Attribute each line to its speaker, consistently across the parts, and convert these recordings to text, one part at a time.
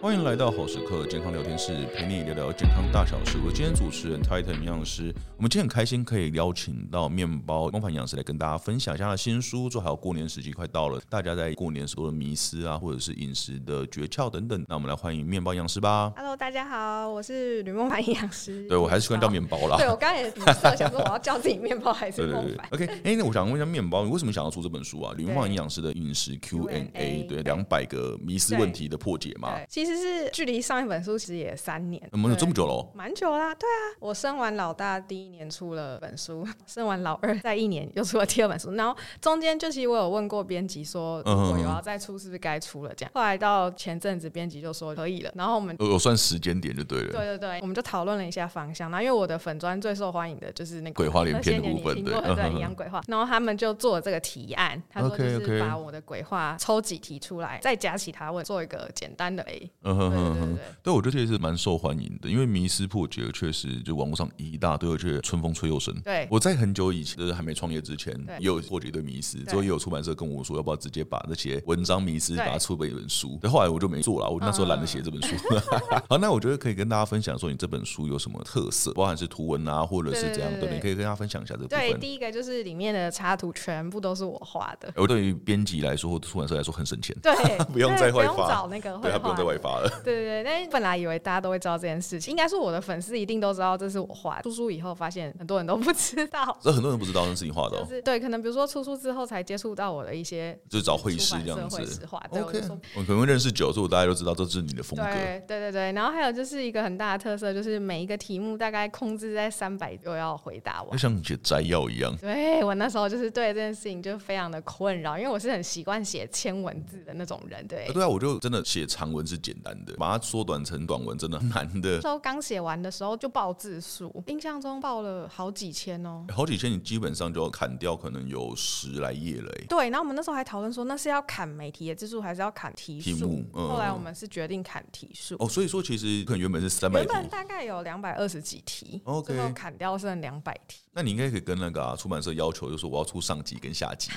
Speaker 1: 欢迎来到好时刻健康聊天室，陪你聊聊健康大小事。我是今天主持人 Titan 营养师，我们今天很开心可以邀请到面包光盘营养师来跟大家分享一下他的新书，说还有过年时机快到了，大家在过年时候的迷思啊，或者是饮食的诀窍等等。那我们来欢迎面包营养师吧。
Speaker 2: Hello，大家好，我是吕梦凡营养师。
Speaker 1: 对我还是喜欢叫面包啦
Speaker 2: 对，。我刚才也语塞，想说我要叫自己面包还是
Speaker 1: 对对
Speaker 2: 梦
Speaker 1: 对
Speaker 2: 凡。
Speaker 1: ，OK，哎、那我想问一下面包，你为什么想要出这本书啊？吕梦
Speaker 2: 对
Speaker 1: 营养师的饮食 Q&A，
Speaker 2: Q&A
Speaker 1: 对，两百个迷思问题的破解嘛。
Speaker 2: 对，其实是距离上一本书其实也三年，
Speaker 1: 我们有这么
Speaker 2: 对
Speaker 1: 久喽？
Speaker 2: 蛮久啦。对啊，我生完老大第一年出了本书，生完老二再一年又出了第二本书，然后中间就其实我有问过编辑说，
Speaker 1: 嗯
Speaker 2: 如果有要再出，是不是该出了这样？后来到前阵子编辑就说可以了，然后我们
Speaker 1: 有有算时间点就对了。
Speaker 2: 对对对，我们就讨论了一下方向。那因为我的粉砖最受欢迎的就是那个
Speaker 1: 鬼话连篇的
Speaker 2: 那些
Speaker 1: 部
Speaker 2: 年
Speaker 1: 分
Speaker 2: 你听过
Speaker 1: 对嗯嗯
Speaker 2: 的
Speaker 1: 嗯
Speaker 2: 对，一样鬼话。然后他们就做了这个提案，他说就
Speaker 1: OK，OK
Speaker 2: 是把我的鬼话抽几题出来，再加其他问，做一个简单的 A。
Speaker 1: 嗯
Speaker 2: 对
Speaker 1: 哼
Speaker 2: 对
Speaker 1: 哼
Speaker 2: 对
Speaker 1: 哼，
Speaker 2: 对。
Speaker 1: 对，我觉得这也是蛮受欢迎的，因为迷失破解确实就网络上一大堆，而且春风吹又生。
Speaker 2: 对
Speaker 1: 我在很久以前，就是还没创业之前，
Speaker 2: 对
Speaker 1: 也有破解一堆迷失，
Speaker 2: 对
Speaker 1: 之后也有出版社跟我说，要不要直接把这些文章迷失，
Speaker 2: 对
Speaker 1: 把它出成一本书。但后来我就没做了，我那时候懒得写这本书。
Speaker 2: 嗯
Speaker 1: 好，那我觉得可以跟大家分享说，你这本书有什么特色，包含是图文啊，或者是怎样
Speaker 2: 对对
Speaker 1: 的，
Speaker 2: 对对
Speaker 1: 你可以跟大家分享一下这部
Speaker 2: 对，
Speaker 1: 分。
Speaker 2: 第一个就是里面的插图全部都是我画 的，
Speaker 1: 我对于编辑来说，或者出版社来说很省钱，
Speaker 2: 对，
Speaker 1: 不用
Speaker 2: 对
Speaker 1: 再
Speaker 2: 不
Speaker 1: 外
Speaker 2: 用
Speaker 1: 发
Speaker 2: 找那个
Speaker 1: 对
Speaker 2: 绘
Speaker 1: 他不
Speaker 2: 画
Speaker 1: 用再
Speaker 2: 的
Speaker 1: 外发了。
Speaker 2: 对对对，但本来以为大家都会知道这件事情，应该是我的粉丝一定都知道这是我画的。出书以后发现很多人都不知道，
Speaker 1: 这很多人不知道那是你画的、
Speaker 2: 就
Speaker 1: 哦，
Speaker 2: 是对，可能比如说出书之后才接触到我的一些
Speaker 1: 就是找绘师这
Speaker 2: 出
Speaker 1: 样
Speaker 2: 版社绘
Speaker 1: 子
Speaker 2: 师画。对我就
Speaker 1: OK，
Speaker 2: 说
Speaker 1: 我可能认识久，所以我大家都知道这是你的风格。
Speaker 2: 对对对对，然后还有就是一个很大的特色，就是每一个题目大概控制在三百就要回答
Speaker 1: 就
Speaker 2: 完。
Speaker 1: 像写摘要一样，
Speaker 2: 对我那时候就是对这件事情就非常的困扰，因为我是很习惯写千文字的那种人，对
Speaker 1: 啊。对啊，我就真的写长文是简单的，把它缩短成短文真的很难
Speaker 2: 那
Speaker 1: 的。
Speaker 2: 时候刚写完的时候就报字数，印象中报了好几千哦、
Speaker 1: 好几千，你基本上就要砍掉，可能有十来页了、欸。
Speaker 2: 对，然后我们那时候还讨论说，那是要砍每题的字数，还是要砍题
Speaker 1: 题
Speaker 2: 数
Speaker 1: 目？嗯
Speaker 2: 后来我们是决定砍题数。
Speaker 1: 哦，所以说其实可能原本是三百
Speaker 2: 原
Speaker 1: 题，
Speaker 2: 本大概有两百二十几题
Speaker 1: OK
Speaker 2: 最后砍掉剩两百题。
Speaker 1: 那你应该可以跟那个、啊、出版社要求，就说我要出上集跟下集。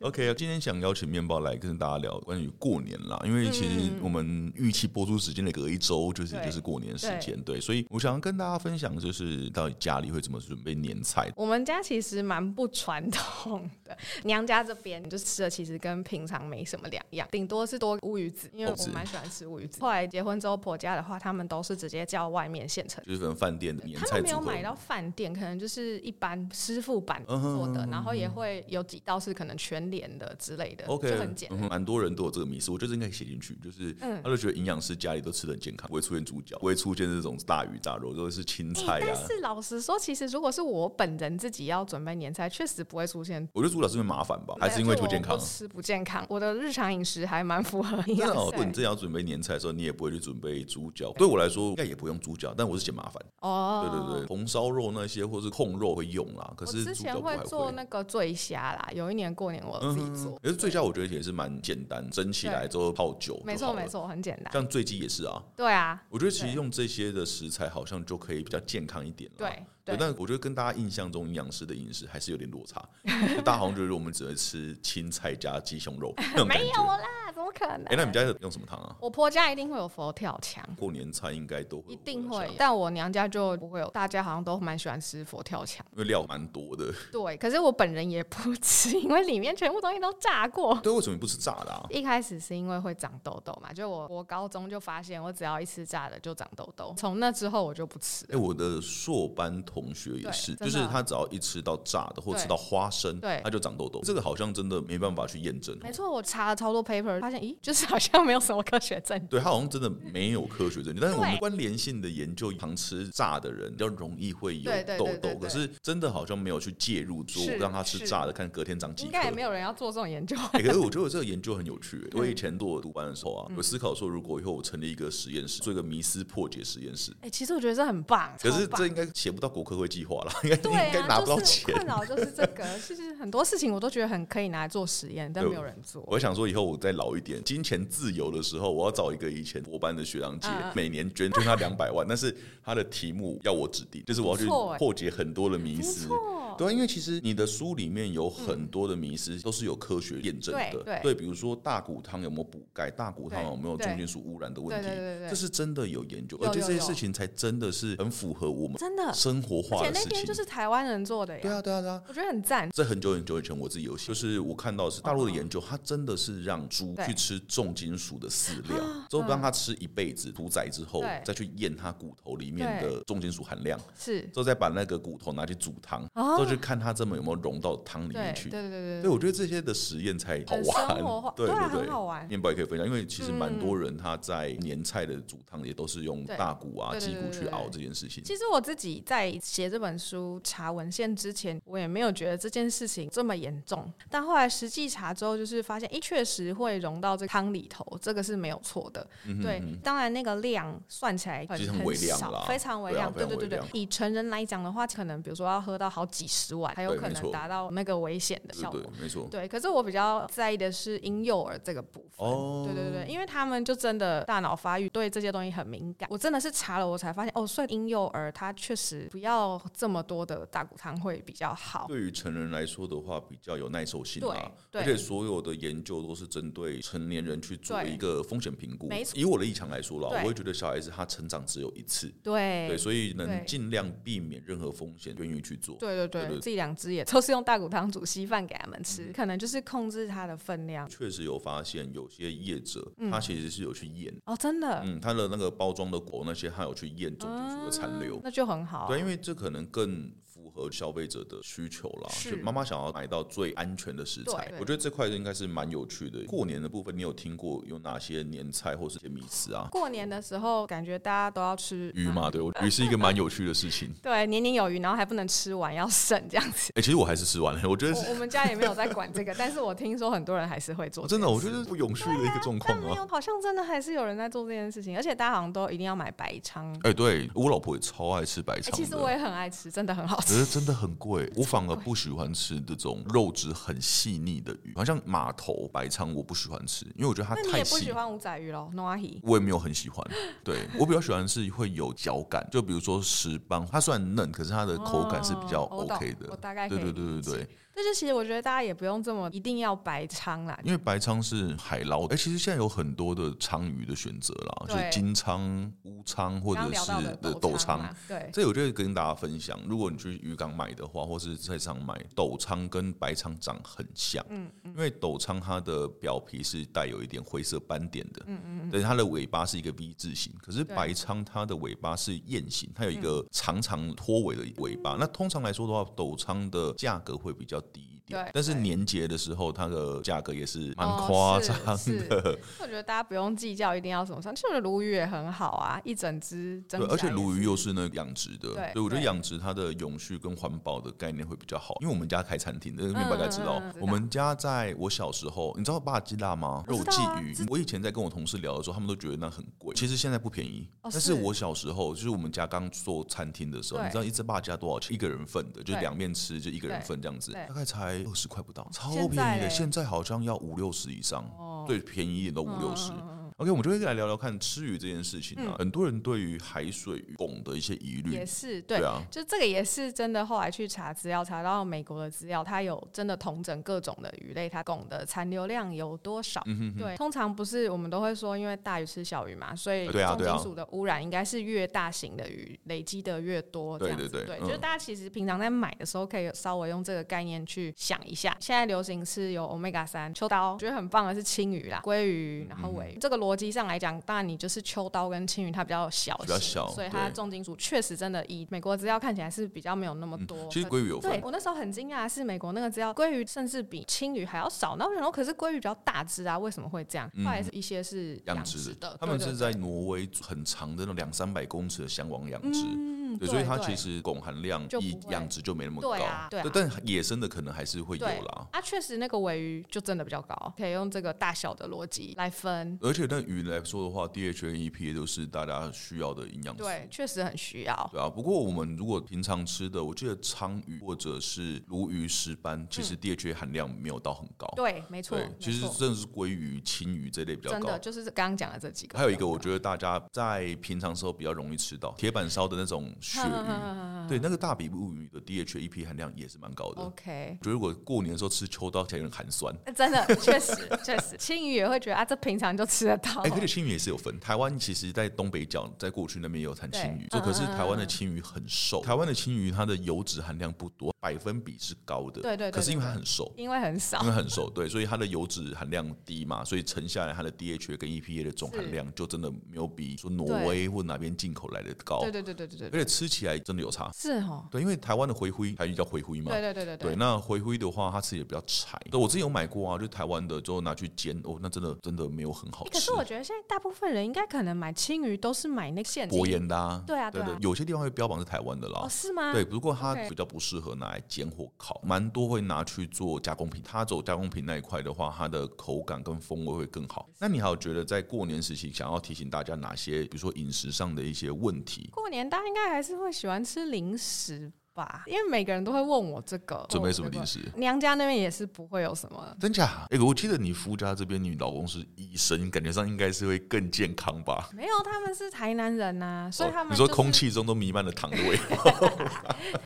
Speaker 1: OK，今啊天想邀请面包来跟大家聊关于过年啦，因为其实我们预期播出时间的隔一周就是
Speaker 2: 嗯对
Speaker 1: 就是过年时间，对，所以我想要跟大家分享，就是到底家里会怎么准备年菜。
Speaker 2: 我们家其实蛮不传统的， 娘家这边就吃的其实跟平常没什么两样，顶多是多乌鱼子，因为
Speaker 1: 豆
Speaker 2: 我
Speaker 1: 子
Speaker 2: 蛮喜欢吃乌鱼子。后来结婚之后，婆家的话，他们都是直接叫外面现成。
Speaker 1: 就是可能饭店的年
Speaker 2: 他
Speaker 1: 菜
Speaker 2: 们没
Speaker 1: 组
Speaker 2: 有
Speaker 1: 合
Speaker 2: 买，到饭店，可能就是一般师傅版
Speaker 1: 嗯哼
Speaker 2: 做的，然后也会有几道是可能全脸的之类的
Speaker 1: OK，
Speaker 2: 就很简单。嗯
Speaker 1: 嗯哼蛮、多人都有这个迷思，我觉得这应该写进去，就是、他就觉得营养师家里都吃的很健康，不会出现猪脚，不会出现这种大鱼大肉，都是青菜
Speaker 2: 但
Speaker 1: 啊。
Speaker 2: 是老实说，其实如果是我本人自己要准备年菜，确实不会出现。
Speaker 1: 我觉得猪脚是因为麻烦吧，还是因为不健康
Speaker 2: 我？吃不健康，我的日常饮食还蛮符合
Speaker 1: 真
Speaker 2: 营养
Speaker 1: 的哦，对
Speaker 2: 素
Speaker 1: 你真的要准备年菜的时候，你也不会去准备猪脚。对我来说，应该也不用猪脚，但我是嫌麻烦。
Speaker 2: 哦。
Speaker 1: 对对对，红烧肉那些或是控肉会用啦，可
Speaker 2: 我
Speaker 1: 是
Speaker 2: 之
Speaker 1: 猪脚
Speaker 2: 前
Speaker 1: 不
Speaker 2: 会
Speaker 1: 太
Speaker 2: 做
Speaker 1: 会。嗯
Speaker 2: 那个醉虾啦，有一年过年我自己做，
Speaker 1: 可是醉虾我觉得也是蛮简单，蒸起来之后泡酒
Speaker 2: 没
Speaker 1: 就好
Speaker 2: 错
Speaker 1: 了
Speaker 2: 没。错，很简单。
Speaker 1: 像醉鸡也是啊，
Speaker 2: 对啊，
Speaker 1: 我觉得其实用这些的食材好像就可以比较健康一点了。
Speaker 2: 对
Speaker 1: 嗯对，
Speaker 2: 对
Speaker 1: 但我觉得跟大家印象中营养师的饮食还是有点落差， 就大家好像觉得我们只会吃青菜加鸡胸肉那种感
Speaker 2: 没
Speaker 1: 觉。
Speaker 2: 有啊啦，怎么可能？
Speaker 1: 哎、那你们家用什么汤啊？
Speaker 2: 我婆家一定会有佛跳墙，
Speaker 1: 过年菜应该都会
Speaker 2: 一
Speaker 1: 有
Speaker 2: 定
Speaker 1: 佛跳
Speaker 2: 会
Speaker 1: 墙，
Speaker 2: 但我娘家就不会有。大家好像都蛮喜欢吃佛跳 墙，
Speaker 1: 因为料蛮多 的。
Speaker 2: 对。可是我本人也不吃，因为里面全部东西都炸过。
Speaker 1: 对，为什么你不吃炸的、啊？
Speaker 2: 一开始是因为会长痘痘嘛，就我我高中就发现，我只要一吃炸的就长痘痘，从那之后我就不吃
Speaker 1: 哎、。我的硕班同学也
Speaker 2: 对
Speaker 1: 是，就
Speaker 2: 真的啊
Speaker 1: 是他只要一吃到炸的或
Speaker 2: 对
Speaker 1: 吃到花生，
Speaker 2: 对
Speaker 1: 他就长痘痘。这个好像真的没办法去验证哦。
Speaker 2: 没错，我查了超多 paper，发现 咦，就是好像没有什么科学证据。
Speaker 1: 对他好像真的没有科学证据，但是我们
Speaker 2: 对
Speaker 1: 关联性的研究，常吃炸的人比较容易会有
Speaker 2: 对对对
Speaker 1: 痘
Speaker 2: 对
Speaker 1: 痘
Speaker 2: 对，
Speaker 1: 可是真的好像没有去介入说
Speaker 2: 是
Speaker 1: 让他吃
Speaker 2: 是
Speaker 1: 炸的，看隔天长几
Speaker 2: 应
Speaker 1: 颗
Speaker 2: 该。也没有嗯人要做这种研 究。
Speaker 1: 欸可是我觉得我这个研究很有 趣欸、我以前做读班的时候啊，
Speaker 2: 嗯
Speaker 1: 有思考说，如果以后我成立一个实验室，做一个迷思破解实验室，
Speaker 2: 哎、其实我觉得这很棒，
Speaker 1: 可是
Speaker 2: 超棒
Speaker 1: 这应该写不到国科会计划啦， 应该
Speaker 2: 对
Speaker 1: 应该拿
Speaker 2: 啊，
Speaker 1: 不到
Speaker 2: 就是
Speaker 1: 钱。
Speaker 2: 困 扰就是这个，其实很多事情我都觉得很可以拿来做实验，但
Speaker 1: 对
Speaker 2: 没有人做。
Speaker 1: 我想说，以后我再老一点，点金钱自由的时候，我要找一个以前博班的学长姐
Speaker 2: 嗯嗯，
Speaker 1: 每年捐捐他两百万，但是他的题目要我指定，就是我要去
Speaker 2: 不错欸
Speaker 1: 破解很多的迷
Speaker 2: 不
Speaker 1: 思。
Speaker 2: 错，哦
Speaker 1: 对啊，因为其实你的书里面有很多的迷思都是有科学验证的，
Speaker 2: 对对
Speaker 1: 比如说大骨汤有没有补钙，大骨汤
Speaker 2: 对
Speaker 1: 有没有
Speaker 2: 对
Speaker 1: 重金属污染的问题，
Speaker 2: 对对对对对
Speaker 1: 这是真的有研究，
Speaker 2: 有
Speaker 1: 而且
Speaker 2: 有
Speaker 1: 这些
Speaker 2: 有
Speaker 1: 事情才真的是很符合我们
Speaker 2: 真的。
Speaker 1: 生活
Speaker 2: 而
Speaker 1: 化
Speaker 2: 且
Speaker 1: 的
Speaker 2: 那
Speaker 1: 事
Speaker 2: 篇
Speaker 1: 情。
Speaker 2: 就是台湾人做的
Speaker 1: 对
Speaker 2: 呀，
Speaker 1: 啊，对啊，对啊。
Speaker 2: 我觉得很赞。
Speaker 1: 在很久很久以前，我自己有写，就是我看到的是大陆的研究，它真的是让猪
Speaker 2: 哦对啊嗯
Speaker 1: 去吃重金属的饲料，之后让它吃一辈子，屠宰之后
Speaker 2: 对
Speaker 1: 再去验它骨头里面的重金属含量，
Speaker 2: 是
Speaker 1: 之后再把那个骨头拿去煮汤，之后去看它这么有没有融到汤里
Speaker 2: 对
Speaker 1: 面
Speaker 2: 哦对
Speaker 1: 去。
Speaker 2: 对对
Speaker 1: 对，我觉得这些的实验才好
Speaker 2: 很
Speaker 1: 玩，
Speaker 2: 生活化
Speaker 1: 对
Speaker 2: 对啊
Speaker 1: 对
Speaker 2: 很好玩
Speaker 1: 面包也可以分享，因为其实蛮
Speaker 2: 嗯
Speaker 1: 多人他在年菜的煮汤也都是用
Speaker 2: 对
Speaker 1: 大骨啊、
Speaker 2: 对对
Speaker 1: 鸡
Speaker 2: 对
Speaker 1: 骨
Speaker 2: 对
Speaker 1: 去
Speaker 2: 对
Speaker 1: 熬
Speaker 2: 对
Speaker 1: 这件事情。
Speaker 2: 其实我自己在写这本书查文献之前，我也没有觉得这件事情这么严重，但后来实际查之后，就是发现，诶，确实会融到这汤里头，这个是没有错的。
Speaker 1: 嗯
Speaker 2: 对，当然那个量算起来很
Speaker 1: 其实很微量
Speaker 2: 少
Speaker 1: 啦
Speaker 2: 非常微
Speaker 1: 对啊
Speaker 2: 量。
Speaker 1: 非常
Speaker 2: 对
Speaker 1: 微
Speaker 2: 对对
Speaker 1: 量
Speaker 2: 以成人来讲的话，可能比如说要喝到好几十碗，才有
Speaker 1: 对
Speaker 2: 可
Speaker 1: 没错
Speaker 2: 能达到那个危险的
Speaker 1: 对
Speaker 2: 效果
Speaker 1: 对。，没错。
Speaker 2: 对，可是我比较在意的是婴幼儿这个部分。
Speaker 1: 哦，
Speaker 2: 对对对，因为他们就真的大脑发育对这些东西很敏感。我真的是查了，我才发现哦，所以婴幼儿他确实不要这么多的大骨汤会比较好。
Speaker 1: 对于成人来说的话，比较有耐受性啊。
Speaker 2: 对对
Speaker 1: 而且所有的研究都是针对成年人去做
Speaker 2: 对
Speaker 1: 一个风险评估
Speaker 2: 没。错
Speaker 1: 以我的立场来说啦，
Speaker 2: 对
Speaker 1: 我会觉得小孩子他成长只有一次，
Speaker 2: 对
Speaker 1: 对，所以能
Speaker 2: 对
Speaker 1: 尽量避免任何风险，愿意去做。
Speaker 2: 对对
Speaker 1: 对
Speaker 2: 对
Speaker 1: 对嗯
Speaker 2: 这两只也都是用大骨汤煮稀饭给他们吃，可能就是控制它的分量。
Speaker 1: 确实有发现，有些业者
Speaker 2: 嗯
Speaker 1: 他其实是有去验，
Speaker 2: 哦，真的，
Speaker 1: 嗯，他的那个包装的果那些，他有去验重
Speaker 2: 啊
Speaker 1: 金属的残留。
Speaker 2: 那就很好啊、
Speaker 1: 对，因为这可能更符合消费者的需求啦。
Speaker 2: 是
Speaker 1: 就妈妈想要买到最安全的食材
Speaker 2: 对，对
Speaker 1: 我觉得这块应该是蛮有趣的。过年的部分，你有听过有哪些年菜或是一些米食啊？
Speaker 2: 过年的时候感觉大家都要吃
Speaker 1: 鱼嘛，对，我鱼是一个蛮有趣的事情。
Speaker 2: 对，年年有余，然后还不能吃完，要剩这样子。
Speaker 1: 哎、其实我还是吃完了，我觉得是、
Speaker 2: 我我们家也没有在管这个，但 是我听说很多人还是会做
Speaker 1: 哦
Speaker 2: 这
Speaker 1: 真的，
Speaker 2: 件
Speaker 1: 我
Speaker 2: 事
Speaker 1: 觉得是不永续的一个状况
Speaker 2: 但没
Speaker 1: 啊。
Speaker 2: 有，好像真的还是有人在做这件事情，而且大家好像都一定要买白鲳。
Speaker 1: 哎、对我老婆也超爱吃白
Speaker 2: 哎
Speaker 1: 肠的。
Speaker 2: 其实我也很爱吃，真的很好
Speaker 1: 只
Speaker 2: 吃。
Speaker 1: 是真的很贵，我反而不喜欢吃这种肉质很细腻的鱼，好像码头白鲳我不喜欢吃，因为我觉 得它
Speaker 2: 那你
Speaker 1: 太
Speaker 2: 也不
Speaker 1: 细
Speaker 2: 喜欢五仔鱼喽，no ahi。
Speaker 1: 我也没有很喜欢，对我比较喜欢是会有嚼感，就比如说石斑，它虽然嫩，可是它的口感是比较
Speaker 2: 哦我懂
Speaker 1: OK 的。
Speaker 2: 我大概可
Speaker 1: 对对
Speaker 2: 以
Speaker 1: 对对
Speaker 2: 理解
Speaker 1: 对，
Speaker 2: 但是其实我觉得大家也不用这么一定要白鲳啦，
Speaker 1: 因为白鲳是海捞，哎、其实现在有很多的鲳鱼的选择啦，就
Speaker 2: 对
Speaker 1: 是金鲳、乌鲳或
Speaker 2: 刚
Speaker 1: 者
Speaker 2: 聊到
Speaker 1: 是
Speaker 2: 的
Speaker 1: 呃
Speaker 2: 斗
Speaker 1: 斗鲳。
Speaker 2: 嘛，对，
Speaker 1: 这我就会跟大家分享，如果你去渔港买的话，或是菜市场买，斗鲳跟白鲳长很像，嗯因为斗鲳它的表皮是带有一点灰色斑点的，嗯嗯但是它的尾巴是一个 V 字形，可是
Speaker 2: 对
Speaker 1: 白鲳它的尾巴是雁形，它有一个长长拖尾的尾巴。那通常来说的话，斗鲳的价格会比较低一点
Speaker 2: 对，
Speaker 1: 但是
Speaker 2: 对
Speaker 1: 年节的时候，它的价格也是蛮
Speaker 2: 哦
Speaker 1: 夸
Speaker 2: 是
Speaker 1: 张
Speaker 2: 是
Speaker 1: 的。
Speaker 2: 我觉得大家不用计较一定要什么鲳，其实我觉得鲈鱼也很好啊，一整只蒸
Speaker 1: 对，而且
Speaker 2: 起来也
Speaker 1: 鲈
Speaker 2: 是
Speaker 1: 鱼又是那个养殖的，所
Speaker 2: 对
Speaker 1: 以我觉得
Speaker 2: 对
Speaker 1: 养殖它的永续跟环保的概念会比较好。因为我们家开餐厅，那个面包大家知道，
Speaker 2: 嗯嗯嗯知
Speaker 1: 我
Speaker 2: 道
Speaker 1: 们家在我小时候，你知道巴基辣吗？
Speaker 2: 我
Speaker 1: 肉
Speaker 2: 知道
Speaker 1: 鲫
Speaker 2: 啊
Speaker 1: 鱼，我以前在跟我同事聊的时候，他们都觉得那很贵，其实现在不便宜。
Speaker 2: 哦
Speaker 1: 但是
Speaker 2: 是
Speaker 1: 我小时候，就是我们家刚做餐厅的时候，
Speaker 2: 对
Speaker 1: 你知道一只巴吉拉多少钱？一个人份的，就是
Speaker 2: 对
Speaker 1: 两面吃，就一个人份这样子，
Speaker 2: 对
Speaker 1: 大概才二十块不到，超
Speaker 2: 现
Speaker 1: 便
Speaker 2: 在
Speaker 1: 宜的。
Speaker 2: 嘞
Speaker 1: 现在好像要五六十以上，
Speaker 2: 哦
Speaker 1: 最便宜一点都五六十
Speaker 2: 嗯嗯。嗯嗯
Speaker 1: OK，我们就会来聊聊看吃鱼这件事情啊。很多人对于海水鱼汞的一些疑虑
Speaker 2: 嗯也，是对
Speaker 1: 对啊
Speaker 2: 就这个也是真的。后来去查资料，查到美国的资料，它有真的统整各种的鱼类，它汞的残留量有多少。
Speaker 1: 嗯
Speaker 2: 对，通常不是我们都会说，因为大鱼吃小鱼嘛，所以
Speaker 1: 呃对啊
Speaker 2: 重
Speaker 1: 对啊
Speaker 2: 金属的污染应该是越大型的鱼累积的越多。这
Speaker 1: 对
Speaker 2: 样子
Speaker 1: 对对嗯
Speaker 2: 对，就是大家其实平常在买的时候，可以稍微用这个概念去想一下。现在流行是有 omega 三秋刀，觉得很棒的是青鱼啦、鲑鱼，
Speaker 1: 嗯
Speaker 2: 然后尾鱼。这个逻辑上来讲，当然你就是秋刀跟青鱼它比较小型，
Speaker 1: 比较小
Speaker 2: 所以它
Speaker 1: 对
Speaker 2: 重金属确实真的以美国资料看起来是比较没有那么多。
Speaker 1: 嗯其实
Speaker 2: 可
Speaker 1: 鲑鱼有
Speaker 2: 对
Speaker 1: 分。
Speaker 2: 我那时候很惊讶，是美国那个资料，鲑鱼甚至比青鱼还要少。然后然后可是鲑鱼比较大只啊，为什么会这样？后来是一些是
Speaker 1: 嗯养
Speaker 2: 殖
Speaker 1: 殖
Speaker 2: 的，
Speaker 1: 他们
Speaker 2: 对对
Speaker 1: 是在挪威很长的那种两三百公尺的箱网养殖，
Speaker 2: 嗯，
Speaker 1: 对，所以它
Speaker 2: 对
Speaker 1: 其实汞含量
Speaker 2: 就不
Speaker 1: 以
Speaker 2: 会
Speaker 1: 养殖就没那么高，
Speaker 2: 对啊对啊
Speaker 1: 但野生的可能还是会有
Speaker 2: 对
Speaker 1: 啦。
Speaker 2: 啊，确实那个尾鱼就真的比较高，可以用这个大小的逻辑来分。
Speaker 1: 而且对鱼来说的话，DHA、EPA E 都是大家需要的营养素。
Speaker 2: 对，确实很需要。
Speaker 1: 对啊，不过我们如果平常吃的，我记得鲳鱼或者是鲈鱼、石斑，其
Speaker 2: 嗯
Speaker 1: 实 DHA 含量没有到很高。
Speaker 2: 对，没错，
Speaker 1: 对
Speaker 2: 没，
Speaker 1: 其实
Speaker 2: 错
Speaker 1: 真的是鲑鱼、青鱼这类比较
Speaker 2: 真
Speaker 1: 高
Speaker 2: 的。就是刚刚讲的这几个。
Speaker 1: 还有一个，我觉得大家在平常时候比较容易吃到铁板烧的那 种鳕
Speaker 2: 嗯
Speaker 1: 鱼，对，那个大比目鱼的 DHA、EP E 含量也是蛮高的。
Speaker 2: OK，
Speaker 1: 觉得如果过年的时候吃秋刀，才有点寒酸。
Speaker 2: 呃真的确实确实，青鱼也会觉得啊，这平常就吃得到
Speaker 1: 哎、。而且青鱼也是有分。台湾其实，在东北角，在过去那边也有产青鱼，
Speaker 2: 对嗯
Speaker 1: 可是台湾的青鱼很瘦。台湾的青鱼它的油脂含量不多，百分比是高的。
Speaker 2: 对对对
Speaker 1: 可是因为它
Speaker 2: 对对
Speaker 1: 很瘦，
Speaker 2: 因为很少
Speaker 1: 因为很瘦，对，所以它的油脂含量低嘛，所以乘下来它的 DHA 跟 EPA 的总含量就真的没有比说挪威或哪边进口来的高。
Speaker 2: 对对对对对对
Speaker 1: 而
Speaker 2: 对，
Speaker 1: 且吃起来真的有差。
Speaker 2: 是哦，
Speaker 1: 对，因为台湾的回灰，台语叫回灰嘛。
Speaker 2: 对对对对
Speaker 1: 对，
Speaker 2: 对，
Speaker 1: 那回灰的话，它吃也比较柴。对，我之前有买过啊，就台湾的，之后拿去煎，哦，那真的真的没有很好
Speaker 2: 欸
Speaker 1: 吃。
Speaker 2: 可是我觉得现在大部分人应该可能买青鱼都是买那个现
Speaker 1: 国
Speaker 2: 金。
Speaker 1: 盐的、啊，
Speaker 2: 对啊
Speaker 1: 对
Speaker 2: 对啊
Speaker 1: 有些地方会标榜是台湾的啦。
Speaker 2: 哦，是吗？
Speaker 1: 对，不过它
Speaker 2: OK
Speaker 1: 比较不适合拿来煎或烤，蛮多会拿去做加工品。它走加工品那一块的话，它的口感跟风味会更好。那你还有觉得在过年时期想要提醒大家哪些，比如说饮食上的一些问题？
Speaker 2: 过年大家应该还是会喜欢吃零食吧，因为每个人都会问我这个
Speaker 1: 准备什么零
Speaker 2: 食。
Speaker 1: 食？
Speaker 2: 娘家那边也是不会有什么，
Speaker 1: 真假？哎、我记得你夫家这边，你老公是医生，感觉上应该是会更健康吧？
Speaker 2: 没有，他们是台南人呐、所以他
Speaker 1: 哦
Speaker 2: 们、
Speaker 1: 你说空，气中都弥漫了糖的 味道，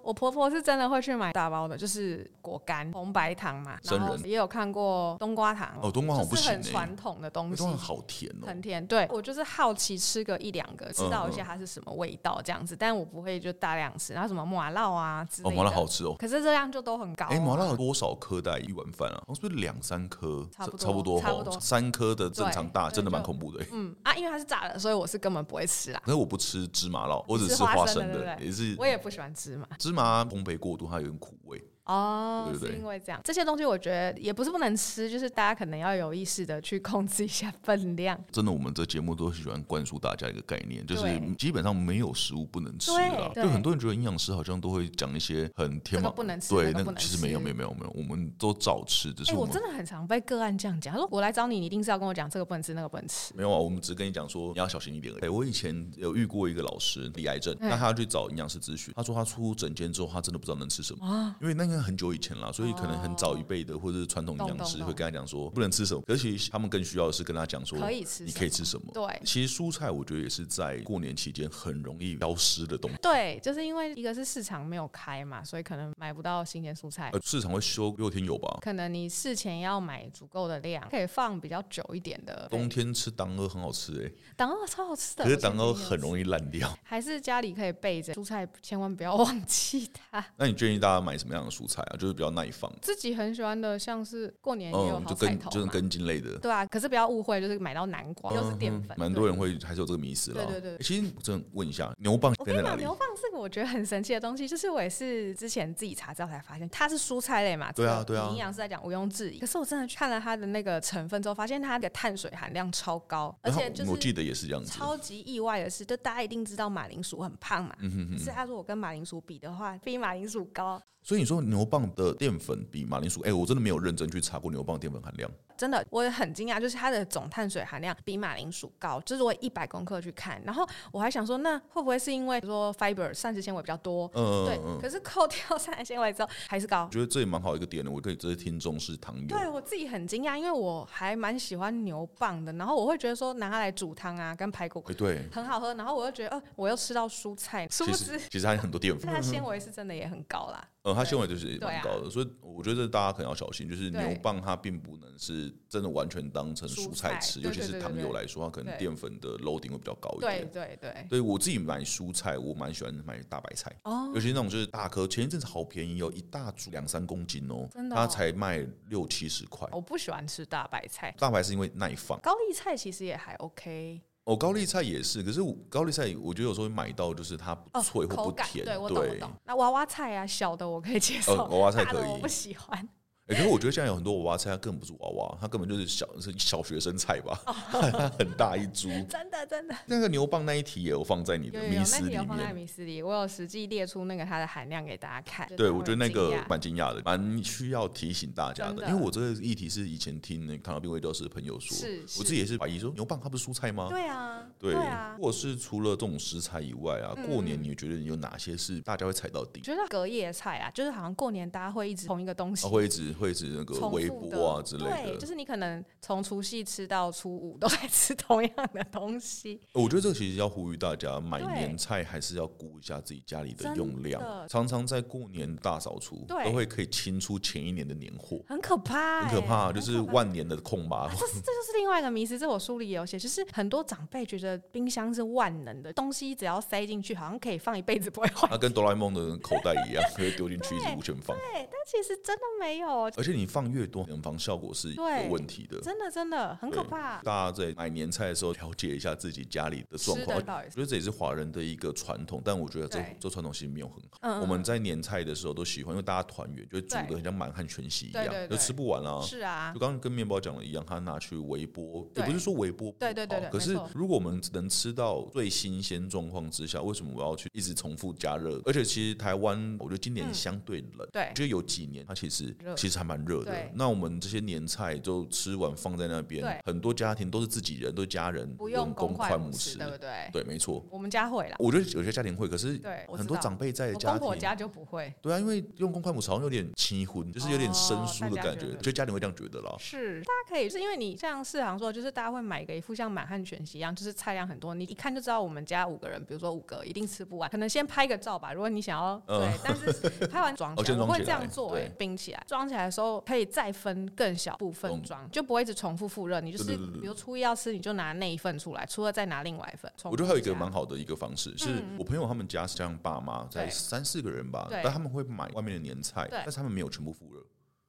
Speaker 2: 我婆婆是真的会去买大包的，就是果干、红白糖嘛，
Speaker 1: 生
Speaker 2: 然
Speaker 1: 人
Speaker 2: 后也有看过冬瓜糖，
Speaker 1: 哦冬瓜糖我不
Speaker 2: 就是很
Speaker 1: 行欸
Speaker 2: 传统的东
Speaker 1: 那
Speaker 2: 西
Speaker 1: 都。很好甜哦、
Speaker 2: 很甜，对我就是好奇吃个一两个，
Speaker 1: 嗯
Speaker 2: 知道一下它是什么味道这样子，但我不会就大量吃。然后什么麻辣啊之类
Speaker 1: 哦，
Speaker 2: 的，
Speaker 1: 麻辣好吃哦、
Speaker 2: 可是热量就都很高、啊。
Speaker 1: 哎、麻辣有多少颗大概一碗饭啊？好像是不是两三颗？
Speaker 2: 差不多
Speaker 1: 差不多
Speaker 2: 差
Speaker 1: 吼
Speaker 2: 不多
Speaker 1: 三颗的正常大，
Speaker 2: 对
Speaker 1: 真的
Speaker 2: 对
Speaker 1: 蛮
Speaker 2: 就
Speaker 1: 恐怖的、欸。
Speaker 2: 嗯啊，因为它是炸的，所以我是根本不会吃啦。
Speaker 1: 可是我不吃芝麻酪，我只
Speaker 2: 你吃
Speaker 1: 吃
Speaker 2: 花
Speaker 1: 花
Speaker 2: 生
Speaker 1: 生
Speaker 2: 的对
Speaker 1: 的，
Speaker 2: 不对
Speaker 1: 也是
Speaker 2: 我也不喜欢吃嘛。
Speaker 1: 芝麻烘焙过度，它有点苦味。
Speaker 2: 哦，
Speaker 1: 对对对
Speaker 2: 是因为这样，这些东西我觉得也不是不能吃，就是大家可能要有意识的去控制一下分量。
Speaker 1: 真的，我们这节目都喜欢灌输大家一个概念，就是
Speaker 2: 对
Speaker 1: 基本上没有食物不能吃
Speaker 2: 对
Speaker 1: 啦。
Speaker 2: 对
Speaker 1: 就很多人觉得营养师好像都会讲一些很天马
Speaker 2: 这个不能吃
Speaker 1: 对，
Speaker 2: 那个不
Speaker 1: 个
Speaker 2: 能
Speaker 1: 其实没有
Speaker 2: 吃
Speaker 1: 没有没有没有，我们都照吃，只
Speaker 2: 哎、
Speaker 1: 是我
Speaker 2: 我
Speaker 1: 们
Speaker 2: 真的很常被个案这样讲，他说我来找你，你一定是要跟我讲这个不能吃，那个不能吃。
Speaker 1: 没有啊，我们只是跟你讲说你要小心一点而已。哎，我以前有遇过一个老师，罹癌症，
Speaker 2: 哎
Speaker 1: 那他去找营养师咨询，他说他出诊间之后，他真的不知道能吃什
Speaker 2: 啊
Speaker 1: 么，因为那个很久以前啦，所以可能很早一辈的或者是传统营养师
Speaker 2: 哦懂懂
Speaker 1: 会跟他讲说不能吃什么，而且他们更需要的是跟他讲说
Speaker 2: 可以吃
Speaker 1: 你
Speaker 2: 什
Speaker 1: 可以吃什么。
Speaker 2: 对
Speaker 1: 其实蔬菜我觉得也是在过年期间很容易消失的东西。
Speaker 2: 对，就是因为一个是市场没有开嘛，所以可能买不到新鲜蔬菜。
Speaker 1: 呃，市场会休六天有吧？
Speaker 2: 可能你事前要买足够的量，可以放比较久一点的。
Speaker 1: 冬天吃党鹅很好吃哎、
Speaker 2: 党欧超好吃的，
Speaker 1: 可是
Speaker 2: 我现在
Speaker 1: 党鹅
Speaker 2: 已经有
Speaker 1: 很
Speaker 2: 吃，
Speaker 1: 容易烂掉。
Speaker 2: 还是家里可以备着蔬菜，千万不要 忘记它。
Speaker 1: 那你建议大家买什么样的蔬菜啊？就是比较耐放，
Speaker 2: 自己很喜欢的，像是过年也有
Speaker 1: 嗯，
Speaker 2: 好
Speaker 1: 就
Speaker 2: 菜
Speaker 1: 根
Speaker 2: 头
Speaker 1: 就是
Speaker 2: 嘛，
Speaker 1: 根茎类的。
Speaker 2: 对啊。可是不要误会，就是买到南瓜又是淀粉，
Speaker 1: 嗯蛮
Speaker 2: 对
Speaker 1: 多人会还是有这个迷思啦。
Speaker 2: 对对对
Speaker 1: 欸其实我真的问一下，牛蒡
Speaker 2: 我
Speaker 1: 在
Speaker 2: 跟你
Speaker 1: 哪
Speaker 2: 讲，
Speaker 1: 里
Speaker 2: 牛？蒡这个我觉得很神奇的东西，就是我也是之前自己查资料才发现，它是蔬菜类嘛，
Speaker 1: 对啊
Speaker 2: 这个
Speaker 1: 对啊
Speaker 2: 营养是在讲毋庸置疑。可是我真的去看了它的那个成分之后，发现它的碳水含量超高，而
Speaker 1: 然后
Speaker 2: 且就
Speaker 1: 我记
Speaker 2: 是
Speaker 1: 得也是这样子。
Speaker 2: 超级意外的是，就大家一定知道马铃薯很胖嘛，
Speaker 1: 嗯哼
Speaker 2: 可
Speaker 1: 哼，
Speaker 2: 是他说我跟马铃薯比的话，比马铃薯高，
Speaker 1: 所以你说牛蒡的淀粉比马铃薯，哎、我真的没有认真去查过牛蒡淀粉含量。
Speaker 2: 真的，我也很惊讶，就是它的总碳水含量比马铃薯高，就是我一百公克去看，然后我还想说，那会不会是因为比如说 fiber 膳食纤维比较多？
Speaker 1: 嗯、
Speaker 2: 对，
Speaker 1: 嗯，
Speaker 2: 可是扣掉 膳食纤维之后还是高
Speaker 1: 我。觉得这也蛮好一个点的，我可以这些听众是糖友。
Speaker 2: 对我自己很惊讶，因为我还蛮喜欢牛蒡的，然后我会觉得说拿它来煮汤啊，跟排骨
Speaker 1: 哎、对，
Speaker 2: 很好喝，然后我又觉得，呃，我又吃到蔬菜， 殊
Speaker 1: 其
Speaker 2: 不
Speaker 1: 实
Speaker 2: 知
Speaker 1: 其实还有很多 淀粉
Speaker 2: 它。的纤维是真的也很高啦。
Speaker 1: 呃，它纤维就是
Speaker 2: 对
Speaker 1: 蛮
Speaker 2: 啊
Speaker 1: 高的，所以我觉得大家可能要小心，就是牛
Speaker 2: 对
Speaker 1: 蒡它并不能是真的完全当成蔬
Speaker 2: 蔬
Speaker 1: 菜
Speaker 2: 菜
Speaker 1: 吃，
Speaker 2: 对
Speaker 1: 尤其
Speaker 2: 对
Speaker 1: 是
Speaker 2: 对对
Speaker 1: 糖
Speaker 2: 对
Speaker 1: 友来说，它可能
Speaker 2: 对
Speaker 1: 淀粉的 loading 会比较高一
Speaker 2: 对
Speaker 1: 点。
Speaker 2: 对对，
Speaker 1: 对我自己买蔬菜，我蛮喜欢买大白菜。
Speaker 2: 哦，
Speaker 1: 尤其那种就是大颗，前一阵子好便宜哦，一大株两三公斤哦，
Speaker 2: 真的哦
Speaker 1: 它才卖六七十块。
Speaker 2: 我不喜欢吃大白菜，
Speaker 1: 大白是因为耐放
Speaker 2: 高丽菜其实也还 OK。
Speaker 1: 哦，高丽菜也是，可是我高丽菜我觉得有时候会买到就是它不
Speaker 2: 哦，
Speaker 1: 脆或
Speaker 2: 口
Speaker 1: 不
Speaker 2: 感
Speaker 1: 甜，
Speaker 2: 对我懂我懂。那娃娃菜啊，小的我可以接受，
Speaker 1: 哦娃娃菜
Speaker 2: 大的
Speaker 1: 可以
Speaker 2: 我不喜欢。
Speaker 1: 欸可是我觉得现在有很多娃娃菜，它根本不是娃娃，它根本就是小是小学生菜吧，
Speaker 2: 哦
Speaker 1: 它很大一株。
Speaker 2: 真的真的
Speaker 1: 那个牛蒡那一题也有放在你的
Speaker 2: 有有
Speaker 1: 迷
Speaker 2: 有，
Speaker 1: 思
Speaker 2: 那题
Speaker 1: 里
Speaker 2: 有放在
Speaker 1: 面。
Speaker 2: 迷思里，我有实际列出那个它的含量给大家看。
Speaker 1: 对，我觉得那
Speaker 2: 大
Speaker 1: 个
Speaker 2: 家会惊讶
Speaker 1: 蛮惊讶的，蛮需要提醒大家
Speaker 2: 真
Speaker 1: 的，
Speaker 2: 的
Speaker 1: 因为我这个议题是以前听那个糖尿病卫教师的朋友说，
Speaker 2: 是
Speaker 1: 我
Speaker 2: 是
Speaker 1: 自己也是怀疑说牛蒡它不是蔬菜吗？
Speaker 2: 对啊，
Speaker 1: 对，
Speaker 2: 啊。嗯
Speaker 1: 或者是除了这种食材以外啊，过年你觉得有哪些是大家会踩到底
Speaker 2: 我？觉得隔夜菜啊，就是好像过年大家会一直同一个东西
Speaker 1: 啊，会一直会一直那个
Speaker 2: 重
Speaker 1: 微
Speaker 2: 复的
Speaker 1: 波啊之类
Speaker 2: 对，
Speaker 1: 的
Speaker 2: 就。是你可能从除夕吃到初五都在吃同样的东西。
Speaker 1: 我觉得这个其实要呼吁大家，买
Speaker 2: 对
Speaker 1: 年菜还是要估一下自己家里的
Speaker 2: 真
Speaker 1: 用量
Speaker 2: 的。
Speaker 1: 常常在过年大扫除，
Speaker 2: 对
Speaker 1: 都会可以清出前一年的年货，
Speaker 2: 很可怕、
Speaker 1: 很可怕啊，
Speaker 2: 欸
Speaker 1: 就是万年的空吧。
Speaker 2: 这是这就是另外一个迷思，这我书里也有写，就是很多长辈觉得冰箱是万能的东西，只要塞进去，好像可以放一辈子不会 坏。
Speaker 1: 那跟哆啦 A 梦的口袋一样， 可以丢进去一直无限放。
Speaker 2: 对，但其实真的没有，
Speaker 1: 而且你放越多，冷房效果是有
Speaker 2: 对
Speaker 1: 问题的。
Speaker 2: 真的真的很可
Speaker 1: 对
Speaker 2: 怕。
Speaker 1: 大家在买年菜的时候，了解一下自己家里的状况。
Speaker 2: 吃的到底
Speaker 1: 我
Speaker 2: 是
Speaker 1: 觉得这也是华人的一个传统，但我觉得这
Speaker 2: 对
Speaker 1: 这传统其实没有很好。
Speaker 2: 嗯嗯
Speaker 1: 我们在年菜的时候都喜欢，因为大家团圆，就会煮的
Speaker 2: 对
Speaker 1: 很像满汉全席一
Speaker 2: 对
Speaker 1: 样
Speaker 2: 对，
Speaker 1: 就
Speaker 2: 对
Speaker 1: 吃不完啊。
Speaker 2: 是啊
Speaker 1: 就，刚刚跟面包讲的一样，他拿去微波，也
Speaker 2: 对
Speaker 1: 不是说微波不好
Speaker 2: 对对对对
Speaker 1: 哦可是
Speaker 2: 没错
Speaker 1: 如果我们能吃到最新鲜状况之下，为什么我要去一直重复加热？而且其实台湾，我觉得今年
Speaker 2: 嗯
Speaker 1: 相对冷，
Speaker 2: 对
Speaker 1: 我觉得有几年它其实
Speaker 2: 热
Speaker 1: 其实还蛮热的
Speaker 2: 对。
Speaker 1: 那我们这些年菜就吃完放在那边
Speaker 2: 对，
Speaker 1: 很多家庭都是自己人，都是家人
Speaker 2: 不用
Speaker 1: 公
Speaker 2: 公
Speaker 1: 筷
Speaker 2: 母
Speaker 1: 匙，
Speaker 2: 对不对？
Speaker 1: 对，没错。
Speaker 2: 我们家会啦，
Speaker 1: 我觉得有些家庭会，可是
Speaker 2: 对我知
Speaker 1: 很多
Speaker 2: 道
Speaker 1: 长辈在
Speaker 2: 我
Speaker 1: 的家
Speaker 2: 公
Speaker 1: 庭
Speaker 2: 婆，家就不会。
Speaker 1: 对啊，因为用公筷母匙好像有点轻荤，就是有点生
Speaker 2: 哦
Speaker 1: 疏的
Speaker 2: 大家
Speaker 1: 感
Speaker 2: 觉
Speaker 1: 觉，
Speaker 2: 得
Speaker 1: 就家庭会这样觉得啦。
Speaker 2: 是，大家可以，是因为你像世行说的，就是大家会买一个一副像满汉全席一样，就是菜量很多，你一看就知道我们家五个人，比如说五个一定吃不完，可能先拍个照吧。如果你想要、
Speaker 1: 嗯
Speaker 2: 对，但是拍完装
Speaker 1: 哦
Speaker 2: 起
Speaker 1: 先
Speaker 2: 来，我
Speaker 1: 装
Speaker 2: 会
Speaker 1: 起
Speaker 2: 这
Speaker 1: 来
Speaker 2: 样做、
Speaker 1: 对
Speaker 2: 哎，冰起来，装起来的时候可以再分更小部
Speaker 1: 懂
Speaker 2: 分装，就不会一直重复复热。你就是
Speaker 1: 嗯对对对对
Speaker 2: 比如初一要吃，你就拿那一份出来，初二再拿另外一份。重
Speaker 1: 我觉得还有一
Speaker 2: 复加
Speaker 1: 个蛮好的一个方式，是我朋友他们家是这样，爸妈才
Speaker 2: 嗯对
Speaker 1: 三四个人吧，
Speaker 2: 对
Speaker 1: 但他们会买外面的年菜，
Speaker 2: 对
Speaker 1: 但是他们没有全部复热，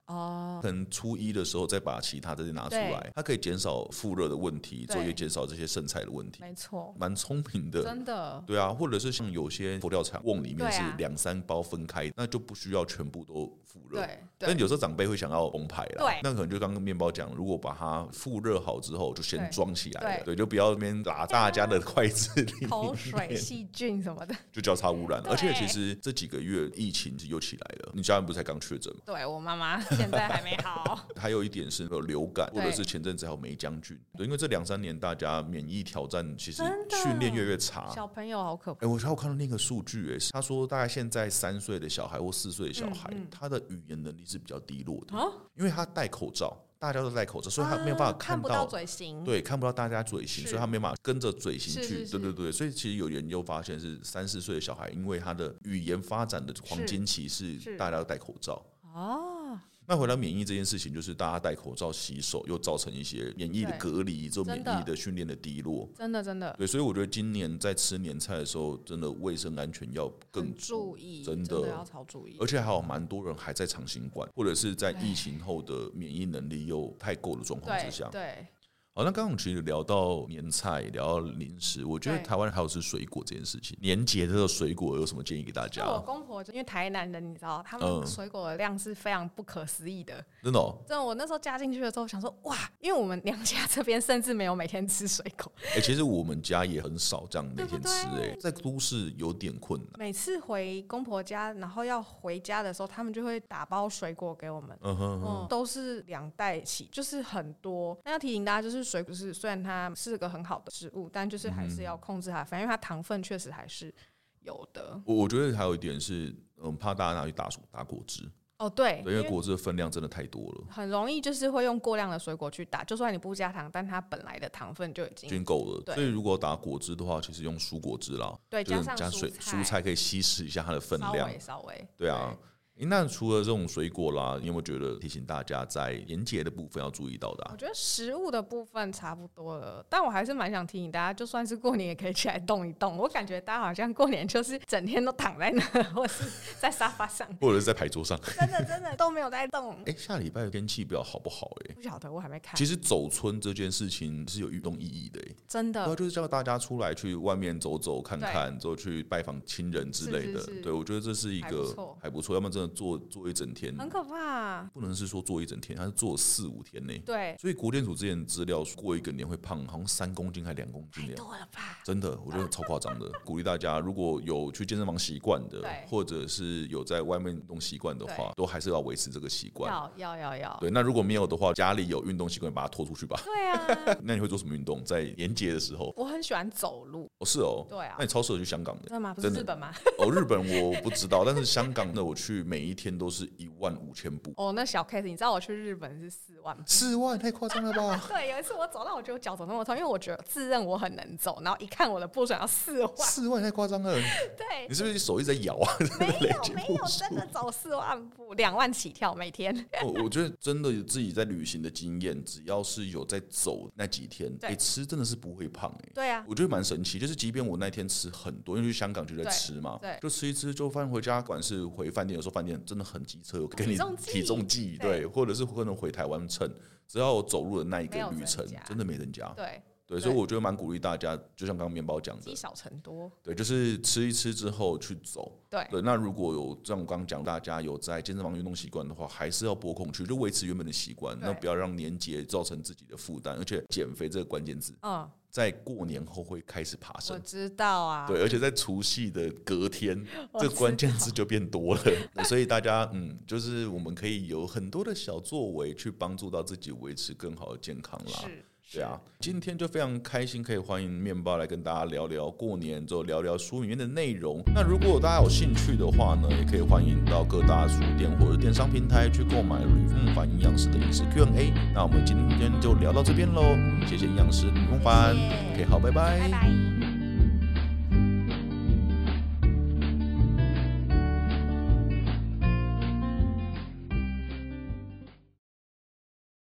Speaker 2: 哦，
Speaker 1: 可能初一的时候再把其他的拿出来
Speaker 2: 对，
Speaker 1: 它可以减少复热的问题，之后
Speaker 2: 对
Speaker 1: 也减少这些剩菜的问题，
Speaker 2: 没错，
Speaker 1: 蛮聪明的。
Speaker 2: 真的
Speaker 1: 对啊，或者是像有些佛跳墙瓮里面
Speaker 2: 对
Speaker 1: 是
Speaker 2: 啊
Speaker 1: 两三包分开，那就不需要全部都复热。
Speaker 2: 对
Speaker 1: 但
Speaker 2: 对
Speaker 1: 有时候长辈会想要崩牌啦
Speaker 2: 对，
Speaker 1: 那可能就刚刚面包讲，如果把它复热好之后，就先
Speaker 2: 对
Speaker 1: 装起来了，
Speaker 2: 对
Speaker 1: 对，
Speaker 2: 啊
Speaker 1: 就不要那边拿大家的筷子里
Speaker 2: 口
Speaker 1: 面
Speaker 2: 水、细菌什么的。
Speaker 1: 就交叉污染了。
Speaker 2: 对
Speaker 1: 而且其实这几个月疫情又起来了，你家人不是才刚确诊吗？
Speaker 2: 对我妈妈现在还没好。
Speaker 1: 还有一点是有流感，或
Speaker 2: 对
Speaker 1: 者是前阵子还有霉菌菌。对，因为这两三年大家免疫挑战其实
Speaker 2: 真的
Speaker 1: 训练越来越差。
Speaker 2: 小朋友好可怕。
Speaker 1: 哎、我还有看到那个数据、哎，他说大概现在三岁的小孩或四岁的小孩，他的语言能力是比较低落的，
Speaker 2: 嗯啊
Speaker 1: 因为他戴口罩，大家都戴口罩，所以他没有办法
Speaker 2: 啊看
Speaker 1: 到。
Speaker 2: 不到嘴型。
Speaker 1: 对，看不到大家嘴型，
Speaker 2: 嗯是
Speaker 1: 所以他没办法跟着嘴型
Speaker 2: 是
Speaker 1: 去。
Speaker 2: 是是
Speaker 1: 对对对，所以其实有研究发现是三四岁的小孩，因为他的语言发展的黄
Speaker 2: 是
Speaker 1: 金期是
Speaker 2: 是
Speaker 1: 大家要戴口罩。
Speaker 2: 哦，
Speaker 1: 那回到免疫这件事情，就是大家戴口罩、洗手，又造成一些免疫的
Speaker 2: 对
Speaker 1: 隔离，之后免
Speaker 2: 真
Speaker 1: 疫
Speaker 2: 的
Speaker 1: 的训练的低落。
Speaker 2: 真的真的
Speaker 1: 对，所以我觉得今年在吃年菜的时候，真的卫生安全要更
Speaker 2: 很注意，
Speaker 1: 真
Speaker 2: 真
Speaker 1: 的
Speaker 2: 要超注意
Speaker 1: 而。且还有蛮多人还在长新冠，或者是在疫情后的免疫能力又太够的状况之
Speaker 2: 对
Speaker 1: 下。
Speaker 2: 对，
Speaker 1: 好，哦那刚刚我们其实聊到年菜，聊到零食，我觉得
Speaker 2: 对
Speaker 1: 台湾人还有吃水果这件事情。年节的水果有什么建议给大
Speaker 2: 就
Speaker 1: 家？
Speaker 2: 我公婆，因为台南人，你知道，他
Speaker 1: 嗯
Speaker 2: 们水果的量是非常不可思议的。
Speaker 1: 真的、哦，
Speaker 2: 真的，我那时候嫁进去的时候，想说哇，因为我们娘家这边甚至没有每天吃水果，
Speaker 1: 哎、其实我们家也很少这样每
Speaker 2: 对不
Speaker 1: 天吃、
Speaker 2: 对
Speaker 1: 哎，在都市有点困难。
Speaker 2: 每次回公婆家，然后要回家的时候，他们就会打包水果给我们。
Speaker 1: 嗯哼哼，
Speaker 2: 嗯，都是两袋起，就是很多。那要提醒大家，就是水果是虽然它是个很好的食物，但就是还是要控制它的分量，反正它糖分确实还是有的。
Speaker 1: 我我觉得还有一点是，嗯，怕大家拿去打打果汁，
Speaker 2: 哦，对，
Speaker 1: 对，因为
Speaker 2: 因为
Speaker 1: 果汁的分量真的太多了，
Speaker 2: 很容易就是会用过量的水果去打，就算你不加糖，但它本来的糖分就已
Speaker 1: 已
Speaker 2: 经
Speaker 1: 经够了。
Speaker 2: 对
Speaker 1: 所以如果打果汁的话，其实用蔬果汁啦，
Speaker 2: 对，
Speaker 1: 就是
Speaker 2: 上
Speaker 1: 加
Speaker 2: 蔬
Speaker 1: 水蔬菜可以稀释一下它的分
Speaker 2: 稍
Speaker 1: 量。
Speaker 2: 微稍微，
Speaker 1: 对啊。诶那除了这种水果啦，你有没有觉得提醒大家在年节的部分要注意到的、啊
Speaker 2: 我？觉得食物的部分差不多了，但我还是蛮想提醒大家，就算是过年也可以起来动一动。我感觉大家好像过年就是整天都躺在那，或是在沙发上，
Speaker 1: 或者是在牌桌上。
Speaker 2: 真的真的都没有在动。
Speaker 1: 哎、下礼拜天气比较好不好、欸？
Speaker 2: 不晓得，我还没看。
Speaker 1: 其实走村这件事情是有运动意义的、欸，
Speaker 2: 真
Speaker 1: 然后
Speaker 2: 的，
Speaker 1: 就是叫大家出来去外面走走看看，之后去拜访亲人之类的。
Speaker 2: 是是是
Speaker 1: 对，我觉得这是一
Speaker 2: 还不
Speaker 1: 个
Speaker 2: 错
Speaker 1: 还不错，要么真的做做一整天，
Speaker 2: 很可怕。
Speaker 1: 不能是说做一整天，他是做四五天内。
Speaker 2: 对，
Speaker 1: 所以国健署之前资料过一个年会胖，好像三公斤还两公斤
Speaker 2: 太
Speaker 1: 的样子
Speaker 2: 多了吧？
Speaker 1: 真的，我觉得超夸张的。鼓励大家，如果有去健身房习惯的
Speaker 2: 对，
Speaker 1: 或者是有在外面运动习惯的话，都还是要维持这个习惯。
Speaker 2: 要要要要。
Speaker 1: 对，那如果没有的话，家里有运动习惯，把它拖出去吧。
Speaker 2: 对啊，
Speaker 1: 那你会做什么运动？在年节的时候？
Speaker 2: 我很喜欢走路。
Speaker 1: 哦，是哦。
Speaker 2: 对啊
Speaker 1: 那你超适合去香港的
Speaker 2: 真的吗？不是
Speaker 1: 真的
Speaker 2: 日本吗？
Speaker 1: 哦。日本我不知道，但是香港的我去每一天都是一万五千步，
Speaker 2: 哦，那小 case，你知道我去日本是四万吗？
Speaker 1: 四万太夸张了 吧？
Speaker 2: 对，有一次我走到，我觉得我脚走那么痛，因为我觉得自认我很能走，然后一看我的步数要四万，
Speaker 1: 四万太夸张了，
Speaker 2: 对
Speaker 1: 你，是不是手一直在摇啊？
Speaker 2: 没
Speaker 1: 累
Speaker 2: 有
Speaker 1: 积
Speaker 2: 没
Speaker 1: 步
Speaker 2: 有
Speaker 1: 数
Speaker 2: 真的走四万步，两万起跳每天。
Speaker 1: 哦我我觉得真的自己在旅行的经验，只要是有在走那几天，哎、
Speaker 2: 对
Speaker 1: 吃真的是不会胖哎、
Speaker 2: 对啊，
Speaker 1: 我觉得蛮神奇，就是即便我那天吃很多，因为去香港就在
Speaker 2: 对
Speaker 1: 吃嘛，
Speaker 2: 对
Speaker 1: 就吃一吃，就饭回家，不管是回饭店，有时候饭店真的很机车，有给你
Speaker 2: 体重计
Speaker 1: 体重计，对，
Speaker 2: 对
Speaker 1: 或者是可能回台湾称，只要我走路的那一
Speaker 2: 没
Speaker 1: 个
Speaker 2: 有
Speaker 1: 旅程
Speaker 2: 增加，
Speaker 1: 真的没人加，
Speaker 2: 对，
Speaker 1: 对，所以
Speaker 2: 对
Speaker 1: 我觉得蛮鼓励大家，就像刚刚面包讲的
Speaker 2: 积，少成多，
Speaker 1: 对，就是吃一吃之后去走，
Speaker 2: 对
Speaker 1: 对，那如果有像我刚刚讲，大家有在健身房运动习惯的话，还是要拨空去，就维持原本的习惯，
Speaker 2: 对
Speaker 1: 那不要让年节造成自己的负担。而且减肥这个关键字，
Speaker 2: 嗯，
Speaker 1: 在过年后会开始爬
Speaker 2: 我
Speaker 1: 升，
Speaker 2: 知道啊，
Speaker 1: 对，而且在除夕的隔 天，
Speaker 2: 我
Speaker 1: 这个
Speaker 2: 知
Speaker 1: 关键字就变多了。 对所以大家，嗯，就是我们可以有很多的小作为，去帮助到自己维持更好的健康啦。
Speaker 2: 是，
Speaker 1: 对啊，今天就非常开心，可以欢迎面包来跟大家聊聊过年之后聊聊书里面的内容。那如果大家有兴趣的话呢，也可以欢迎到各大书店或者电商平台去购买吕梦凡营养师的饮食 Q&A。那我们今天就聊到这边喽，谢谢营养师吕梦凡
Speaker 2: 谢
Speaker 1: ，OK，
Speaker 2: 谢
Speaker 1: 好，
Speaker 2: 拜拜。